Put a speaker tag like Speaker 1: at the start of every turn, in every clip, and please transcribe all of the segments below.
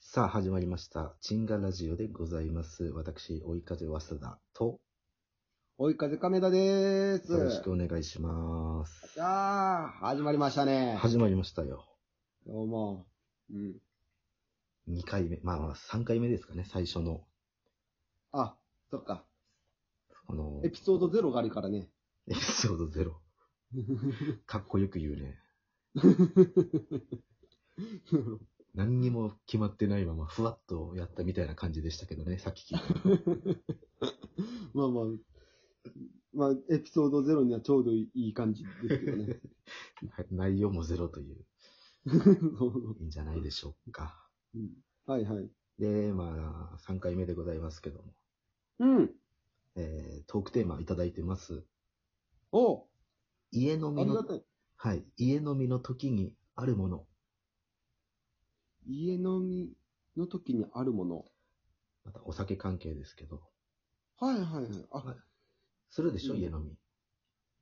Speaker 1: さあ、始まりました。チンガラジオでございます。私、追い風早稲田と、
Speaker 2: 追い風亀田でーす。
Speaker 1: よろしくお願いします。
Speaker 2: あー、始まりましたね。
Speaker 1: 始まりましたよ。
Speaker 2: どうも。うん。
Speaker 1: 2回目、まあまあ3回目ですかね、最初の。
Speaker 2: あ、そっか。
Speaker 1: この、
Speaker 2: エ
Speaker 1: エピ
Speaker 2: ピソードゼロがあるからね。
Speaker 1: ソード0。かっこよく言うね。何にも決まってないまま、ふわっとやったみたいな感じでしたけどね、さっき聞いた。
Speaker 2: まあまあ、まあ、エピソードゼロにはちょうどいい感じですけどね。
Speaker 1: 内容も0という、
Speaker 2: そう
Speaker 1: いいんじゃないでしょうか。
Speaker 2: はいはい。
Speaker 1: で、まあ、3回目でございますけども、
Speaker 2: うん。
Speaker 1: えートークテーマいただいてます。
Speaker 2: おう
Speaker 1: 家飲
Speaker 2: あ
Speaker 1: み
Speaker 2: り
Speaker 1: の
Speaker 2: が、たい。
Speaker 1: はい、家飲みの時にあるもの。
Speaker 2: 家飲みの時にあるもの。
Speaker 1: またお酒関係ですけど。
Speaker 2: はいはいはい。あ、
Speaker 1: するでしょ、
Speaker 2: うん
Speaker 1: 家飲み。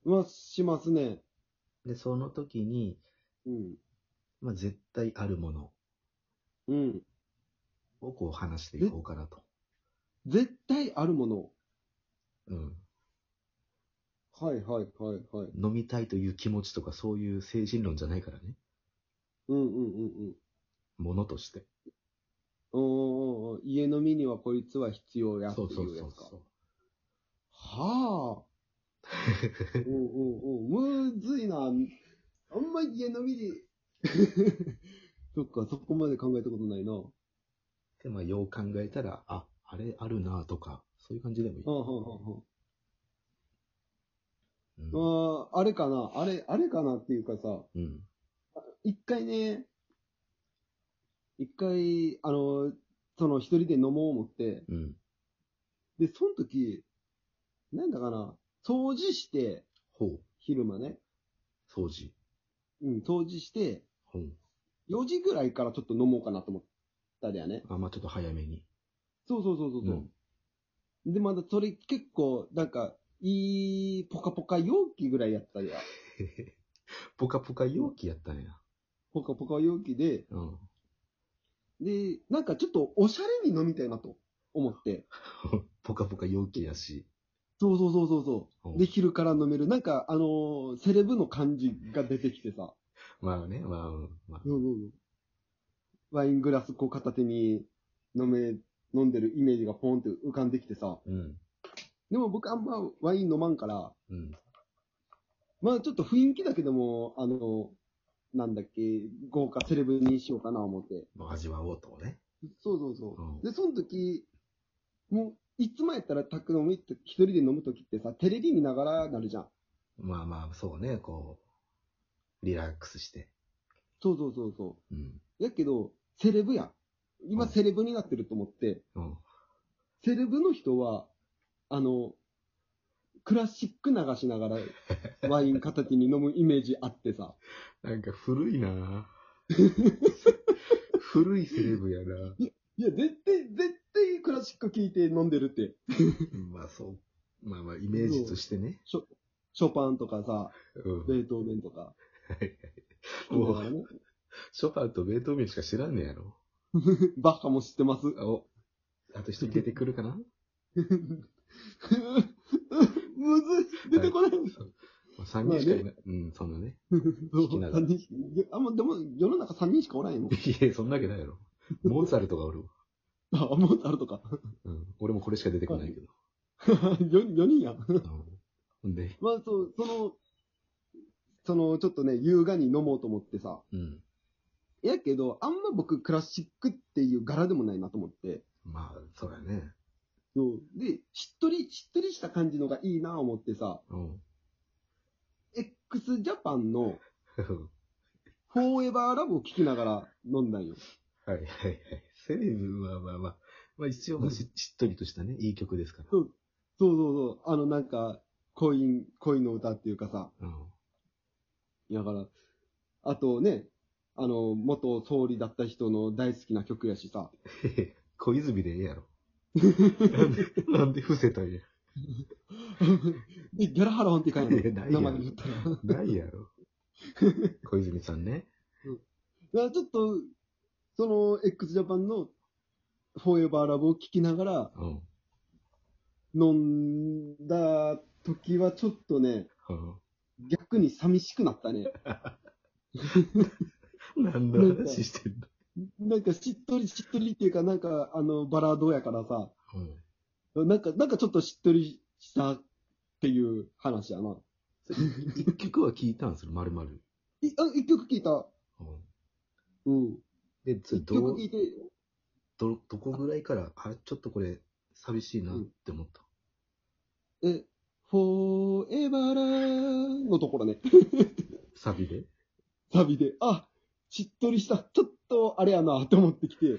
Speaker 2: まあ、しますね。
Speaker 1: で、その時に、
Speaker 2: うん。
Speaker 1: まあ、絶対あるもの
Speaker 2: うん。
Speaker 1: をこう話していこうかなと。
Speaker 2: 絶対あるもの。
Speaker 1: うん。
Speaker 2: はいはいはいはい。
Speaker 1: 飲みたいという気持ちとかそういう精神論じゃないからね。
Speaker 2: うんうんうんうん。
Speaker 1: ものとして。
Speaker 2: おーおーおー家飲みにはこいつは必要やって
Speaker 1: そうそ
Speaker 2: いううや
Speaker 1: そう
Speaker 2: つか。
Speaker 1: そう。
Speaker 2: はあ。おうおうおうむずいな。あんまり家飲みで。 そっか、そこまで考えたことないな。は
Speaker 1: で、まあ、よう考えたら、あ、あれあるなとか、そういう感じでもいい
Speaker 2: あ、。はあ
Speaker 1: うん。
Speaker 2: はあ、あーあれかな、あれ、あれかなっていうかさ、
Speaker 1: うん。
Speaker 2: 一回ね、一回、あの、その一人で飲もう思って、
Speaker 1: うん。
Speaker 2: で、その時、なんだかな、掃除して、
Speaker 1: ほう。
Speaker 2: 昼間ね、
Speaker 1: 掃除。
Speaker 2: うん、掃除して、
Speaker 1: ほう。
Speaker 2: 4時ぐらいからちょっと飲もうかなと思ったでやね。
Speaker 1: あ、まあ、ちょっと早めに。
Speaker 2: そうそうそうそうそう、で、まだそれ結構、なんか、いい、ポカポカ容器ぐらいやったでや。
Speaker 1: ポカポカ容器やったんや。
Speaker 2: ポカポカ容器で、
Speaker 1: うん。
Speaker 2: で、なんかちょっとおしゃれに飲みたいなと思って。
Speaker 1: ポカポカ容器やし。
Speaker 2: そうそうそうそうそうう。
Speaker 1: ん
Speaker 2: で、昼から飲める。なんか、あのーセレブの感じが出てきてさ。
Speaker 1: まあね、まあ、うんまあ
Speaker 2: そうそうそうワイングラスこう片手に飲め、飲んでるイメージがポンって浮かんできてさ。
Speaker 1: うん。
Speaker 2: でも僕あんまワイン飲まんから、
Speaker 1: うん。
Speaker 2: まあちょっと雰囲気だけでも、あの、なんだっけ、豪華セレブにしようかな思って。
Speaker 1: まあ味わおうとね。
Speaker 2: そうそうそう。
Speaker 1: うん
Speaker 2: で、その時、もう、いつもやったら宅飲みって、一人で飲む時ってさ、テレビ見ながらなるじゃん。
Speaker 1: まあまあ、そうね、こう、リラックスして。
Speaker 2: そうそうそうそ
Speaker 1: うん。
Speaker 2: う。やけど、セレブやん。
Speaker 1: う
Speaker 2: 今
Speaker 1: ん
Speaker 2: セレブになってると思って、
Speaker 1: うん。
Speaker 2: セレブの人は、あの、クラシック流しながら、ワイン片手に飲むイメージあってさ。
Speaker 1: なんか古い な古いセレブやない
Speaker 2: や、絶対、絶対クラシック聴いて飲んでるって。
Speaker 1: まあそう。まあまあ、イメージとしてね。
Speaker 2: ショパンとかさ、
Speaker 1: うん。
Speaker 2: ベートーベンとか。
Speaker 1: も
Speaker 2: だから
Speaker 1: う、
Speaker 2: ね
Speaker 1: ショパンとベートーベンしか知らんねやろ。
Speaker 2: バッハも知ってます。
Speaker 1: お、あと一人出てくるかな
Speaker 2: むずい出てこない。
Speaker 1: まあ三人しかいない。うん、そんなね。聞きながら
Speaker 2: 三人しかあ、もうでも、世の中3人しかおらんよ。
Speaker 1: いや、そんなわけないやろ。モーツァルトがおるわ。
Speaker 2: あ、モーツァルトか。
Speaker 1: うん。俺もこれしか出てこないけど。
Speaker 2: 4, 人やん。
Speaker 1: うん。んで、
Speaker 2: まあ、そう、その、その、ちょっとね、優雅に飲もうと思ってさ。
Speaker 1: うん。
Speaker 2: やけど、あんま僕、クラシックっていう柄でもないなと思って。
Speaker 1: まあ、そうやね。
Speaker 2: そうで、しっとり、しっとりした感じのがいいな思ってさ、
Speaker 1: うん。
Speaker 2: x ジャパンのフォーエバーラブを聴きながら飲んだんよ。
Speaker 1: はいはいはい。セレブはまあまあ、まあ一応まあししっとりとしたね、いい曲ですから。
Speaker 2: そうそうそう。あの、なんか、恋、恋の歌っていうかさ。
Speaker 1: うん。
Speaker 2: だから、あとね、あの、元総理だった人の大好きな曲やしさ。
Speaker 1: へへ 小泉でええや ろ。なんで、なんで伏せたんや。
Speaker 2: で、ギャラハラホンって書いて
Speaker 1: いや
Speaker 2: あ
Speaker 1: ないやん
Speaker 2: るの。生で言ったら。だか
Speaker 1: ないや ろ。小泉さんね。
Speaker 2: らちょっと、その、x ジャパンのフォーエバーラブを聞きながら
Speaker 1: うん。
Speaker 2: 飲んだ時はちょっとね、逆に寂しくなったね。
Speaker 1: うん。何の話してんだ。
Speaker 2: なんかしっとりしっとりっていうか、なんかあのバラードやからさ、
Speaker 1: うん。
Speaker 2: なんか、なんかちょっとしっとりしたっていう話やな。
Speaker 1: 一曲は聞いたんですよ、丸々。
Speaker 2: いあ一曲聞いた。
Speaker 1: うん。
Speaker 2: うん。
Speaker 1: で、それ
Speaker 2: 一
Speaker 1: ど
Speaker 2: 曲
Speaker 1: う
Speaker 2: 聞、いて、
Speaker 1: ど、どこぐらいから、あれ、ちょっとこれ、寂しいなって思った。
Speaker 2: え、フォーエバーラーのところね。
Speaker 1: サビで
Speaker 2: サビで、あ、しっとりした、ちょっとあれやな、と思ってきて。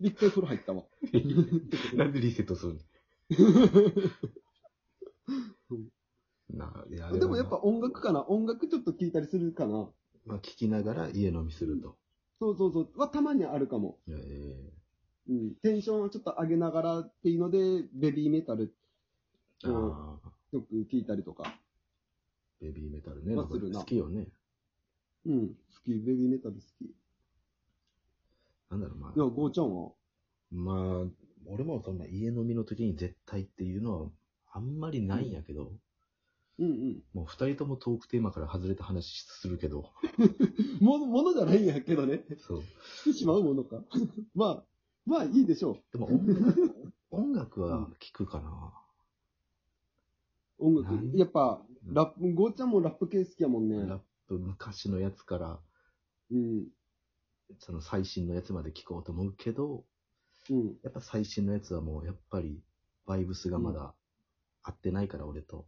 Speaker 2: で、一回風呂入ったわ。
Speaker 1: なんでリセットするのな、いや、あれは
Speaker 2: でもやっぱ、音楽かな音楽ちょっと聞いたりするかな
Speaker 1: まあ、聞きながら家飲みすると。
Speaker 2: そうそうそう。はたまにあるかも。
Speaker 1: え
Speaker 2: うん。テンションをちょっと上げながらっていうので、ベビーメタル
Speaker 1: えああ、
Speaker 2: よく聞いたりとか。
Speaker 1: ベビーメタルね。
Speaker 2: まあ
Speaker 1: なんか
Speaker 2: するな
Speaker 1: 好きよね。
Speaker 2: うん。好き、ベビーメタル好き。
Speaker 1: なんだろう、ま
Speaker 2: で
Speaker 1: あ。
Speaker 2: も、ゴーちゃんは
Speaker 1: まあ、俺もそんな家飲みの時に絶対っていうのは、あんまりないんやけど、
Speaker 2: うんうん。
Speaker 1: もう二人ともトークテーマから外れた話するけど、
Speaker 2: もの、ものじゃないんやけどね。
Speaker 1: そう。
Speaker 2: してしまうものか。 まあ、まあいいでしょ
Speaker 1: でも音楽、音 楽は聞くかな。
Speaker 2: う。音楽
Speaker 1: なん。
Speaker 2: やっぱ、ラップ、ゴーちゃんもラップ系好きやもん
Speaker 1: ラッ
Speaker 2: ね。
Speaker 1: プ昔のやつから、
Speaker 2: うん。
Speaker 1: その最新のやつまで聞こうと思うけど、
Speaker 2: うん。
Speaker 1: やっぱ最新のやつはもう、やっぱり、バイブスがまだ合ってないから、俺と。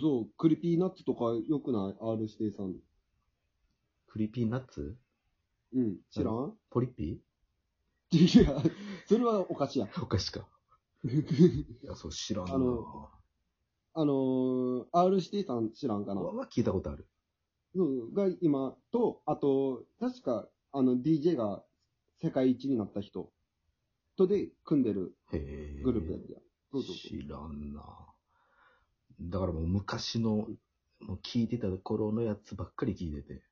Speaker 2: そう、クリピーナッツとか良くない ?R 指定さん。
Speaker 1: クリピーナッツ
Speaker 2: うん。知らん
Speaker 1: ポリピ
Speaker 2: いや、それはおかしいや。
Speaker 1: ーおか しか。いや、そう、知らんな。
Speaker 2: あの あのー、R 指定さん知らんかな
Speaker 1: は、は聞いたことある。
Speaker 2: そう、が今と、あと、確か、あの、DJ が世界一になった人とで組んでる
Speaker 1: へえ。
Speaker 2: グループやったやん。そうそうそう。
Speaker 1: 知らんな。だからもう昔の、もう聞いてた頃のやつばっかり聞いてて。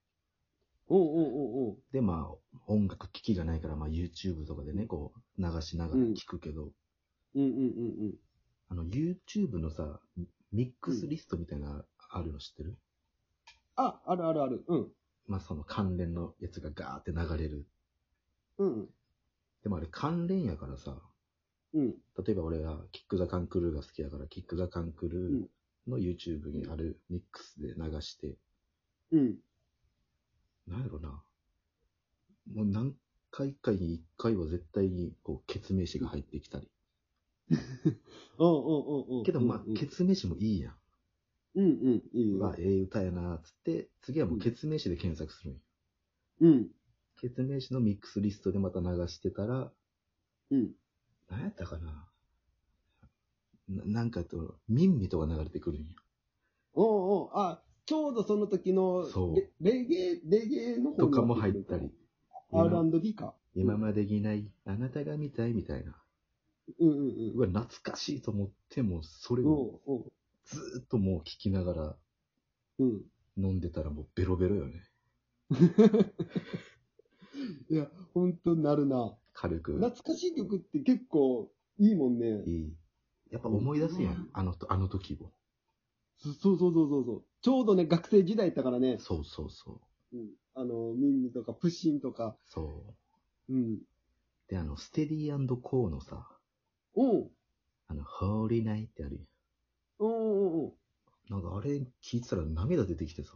Speaker 2: おうおうおうおう。
Speaker 1: で、まあ、音楽機器がないから、まあ YouTube とかでね、こう、流しながら聞くけど、
Speaker 2: うんうんうんうん。
Speaker 1: あの YouTube のさ、ミックスリストみたいな、あるの知ってる、
Speaker 2: あ、あるあるある。うん。
Speaker 1: まあその関連のやつがガーって流れる。
Speaker 2: うん。
Speaker 1: でもあれ関連やからさ、
Speaker 2: うん。
Speaker 1: 例えば俺がキック・ザ・カンクルーが好きだから、キック・ザ・カンクルーの YouTube にあるミックスで流して、
Speaker 2: うん。
Speaker 1: なんやろな。もう何回かに1回は絶対にこう、ケツメイシが入ってきたり。
Speaker 2: おうおうおうおう。
Speaker 1: けどま
Speaker 2: うんうん
Speaker 1: あ、ケツメイシもいいやん。
Speaker 2: うんうん。いいうよ
Speaker 1: わ、。ええ歌やな、つって、次はもうケツメイシで検索するんよ
Speaker 2: うん。
Speaker 1: ケツメイシのミックスリストでまた流してたら、
Speaker 2: うん。
Speaker 1: 何やったかな。ななんかと、ミンミとか流れてくるんや。
Speaker 2: おうおう。あ、ちょうどその時の、
Speaker 1: そう
Speaker 2: レレゲエ、レゲエの方
Speaker 1: と
Speaker 2: に
Speaker 1: かも入ったり。。今
Speaker 2: R&B か。
Speaker 1: 今までいない、あなたが見たいみたいな。
Speaker 2: うんうんうん。
Speaker 1: うわ、懐かしいと思っても、それを
Speaker 2: おう
Speaker 1: ずーっともう聞きながら
Speaker 2: おう。うん。
Speaker 1: 飲んでたらもうベロベロよね。
Speaker 2: いや、ほんとなるな。
Speaker 1: 軽く。
Speaker 2: 懐かしい曲って結構いいもんね。
Speaker 1: いい。やっぱ思い出すやん。あのと、あの時を。
Speaker 2: そそうそうそうそうそう。ちょうどね、学生時代だったからね。
Speaker 1: そうそうそう。
Speaker 2: うん。あの、ミンミとかプッシンとか。
Speaker 1: そう。
Speaker 2: うん。
Speaker 1: で、あの、ステディーコーのさ、
Speaker 2: おう。
Speaker 1: あの、ホーリーナイってあるやん。
Speaker 2: おうおう
Speaker 1: なんかあれ聞いてたら涙出てきてさ、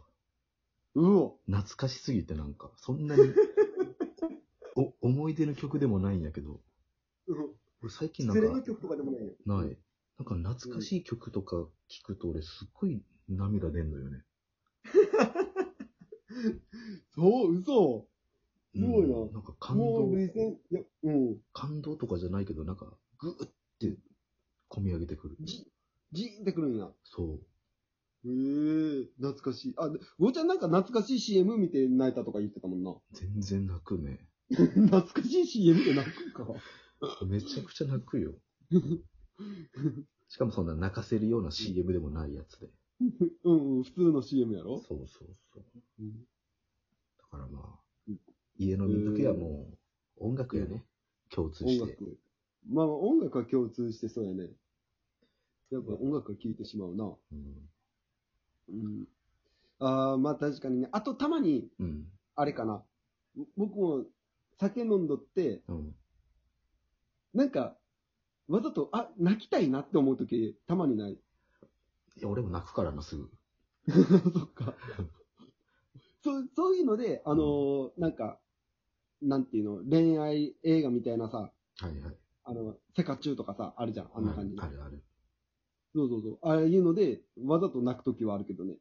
Speaker 2: おう。うお。
Speaker 1: 懐かしすぎてなんか、そん なに、お、思い出の曲でもないんやけど、
Speaker 2: うん
Speaker 1: 俺最近な
Speaker 2: 失礼
Speaker 1: ん
Speaker 2: の
Speaker 1: か、
Speaker 2: 曲とかでもないよ。
Speaker 1: ない。なんか懐かしい曲とか聞くと俺すっごい涙出んのよね。
Speaker 2: そう、嘘。すごいな
Speaker 1: うんなんか感
Speaker 2: も
Speaker 1: 動
Speaker 2: う、涙腺、いや、うん。
Speaker 1: 感動とかじゃないけど、なんか、ぐーって、込み上げてくる。
Speaker 2: じ、じーンってくるんや。
Speaker 1: そう。
Speaker 2: へえ、懐かしい。あ、でごちゃんなんか懐かしい CM 見て泣いたとか言ってたもんな。
Speaker 1: 全然泣くね。
Speaker 2: 懐かしい CM って泣くか。
Speaker 1: めちゃくちゃ泣く よ。しかもそんな泣かせるような CM でもないやつで。
Speaker 2: うんうん、普通の CM や
Speaker 1: そう
Speaker 2: ろ
Speaker 1: そうそう。
Speaker 2: うん
Speaker 1: だからまあ
Speaker 2: うん、
Speaker 1: 家飲みの時はもう、音楽やね。共通
Speaker 2: 音
Speaker 1: して。
Speaker 2: 楽。まあまあ音楽は共通してそうやね。やっぱ音楽は聴いてしまうな。
Speaker 1: うん。
Speaker 2: うん。ああ、まあ確かにね。あとたまに、
Speaker 1: うん。
Speaker 2: あれかな。僕も酒飲んどって、
Speaker 1: うん。
Speaker 2: なんか、わざと、あ、泣きたいなって思うとき、たまにない。
Speaker 1: いや、俺も泣くからな、すぐ。
Speaker 2: そっか。そう、そういうので、あのーなんか、なんていうの、恋愛映画みたいなさ、
Speaker 1: はいはい。
Speaker 2: あの、セカチュウとかさ、あるじゃん、あんな感じ。
Speaker 1: あるある。
Speaker 2: そうそうそう。ああいうので、わざと泣くときはあるけどね。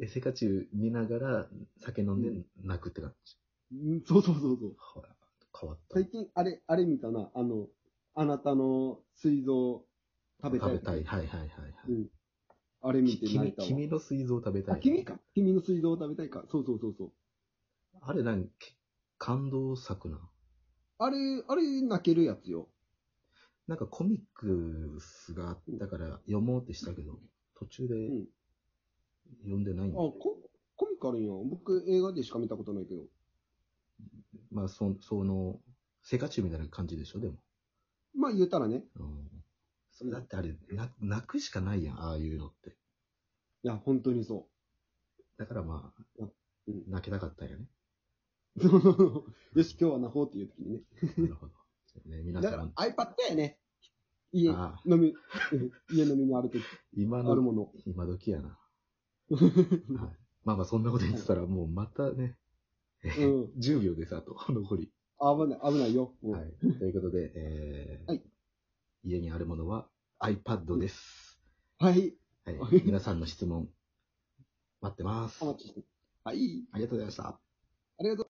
Speaker 1: え、セカチュウ見ながら酒飲んで泣くって感じ。
Speaker 2: うんそうそうそうそう。
Speaker 1: ほら、変わった。
Speaker 2: 最近、あれ、あれ見たな、あの、あなたの膵臓食べたい。
Speaker 1: い。はいはいはいはい。
Speaker 2: うん。あれ見て泣
Speaker 1: 君
Speaker 2: いたわ。
Speaker 1: 君の膵臓食べた
Speaker 2: あ、
Speaker 1: い。
Speaker 2: 君か。君の水道を食べたいか。そうそうそうそう。
Speaker 1: あれなんか、感動作な。
Speaker 2: あれ、あれ泣けるやつよ。
Speaker 1: なんかコミックスがあったから読もうってしたけど、途中で
Speaker 2: うん
Speaker 1: 読んでないんで、
Speaker 2: あ、ココミカルやん。僕映画でしか見たことないけど。
Speaker 1: まあそ、その、セカチュウみたいな感じでしょ、でも。
Speaker 2: まあ言うたらね。
Speaker 1: うん。それだってあれ、な泣くしかないやん、ああいうのって。
Speaker 2: いや、本当にそ
Speaker 1: だからまあ
Speaker 2: うん、
Speaker 1: 泣けたかったよね。
Speaker 2: う。 そうそうそうよし、今日は泣こうっていう時にね。
Speaker 1: なるほど。 ね、皆
Speaker 2: だ
Speaker 1: さ
Speaker 2: か
Speaker 1: ん
Speaker 2: ら
Speaker 1: も、
Speaker 2: iPad やね。家、飲
Speaker 1: ああ
Speaker 2: み、家飲みのある時、
Speaker 1: 今
Speaker 2: ある
Speaker 1: の、
Speaker 2: も の。
Speaker 1: 今時やな。はい、まあまあ、そんなこと言ってたら、もうまたね、
Speaker 2: うん。
Speaker 1: 10秒です、あと、 残り。
Speaker 2: 危ない、危ないよ。うん
Speaker 1: はい。ということで、えー
Speaker 2: はい
Speaker 1: 家にあるものは iPad です。
Speaker 2: はい。
Speaker 1: はい
Speaker 2: はい。
Speaker 1: 皆さんの質問、待ってます。
Speaker 2: お待ちして。はい。
Speaker 1: ありがとうございました。
Speaker 2: ありがとう。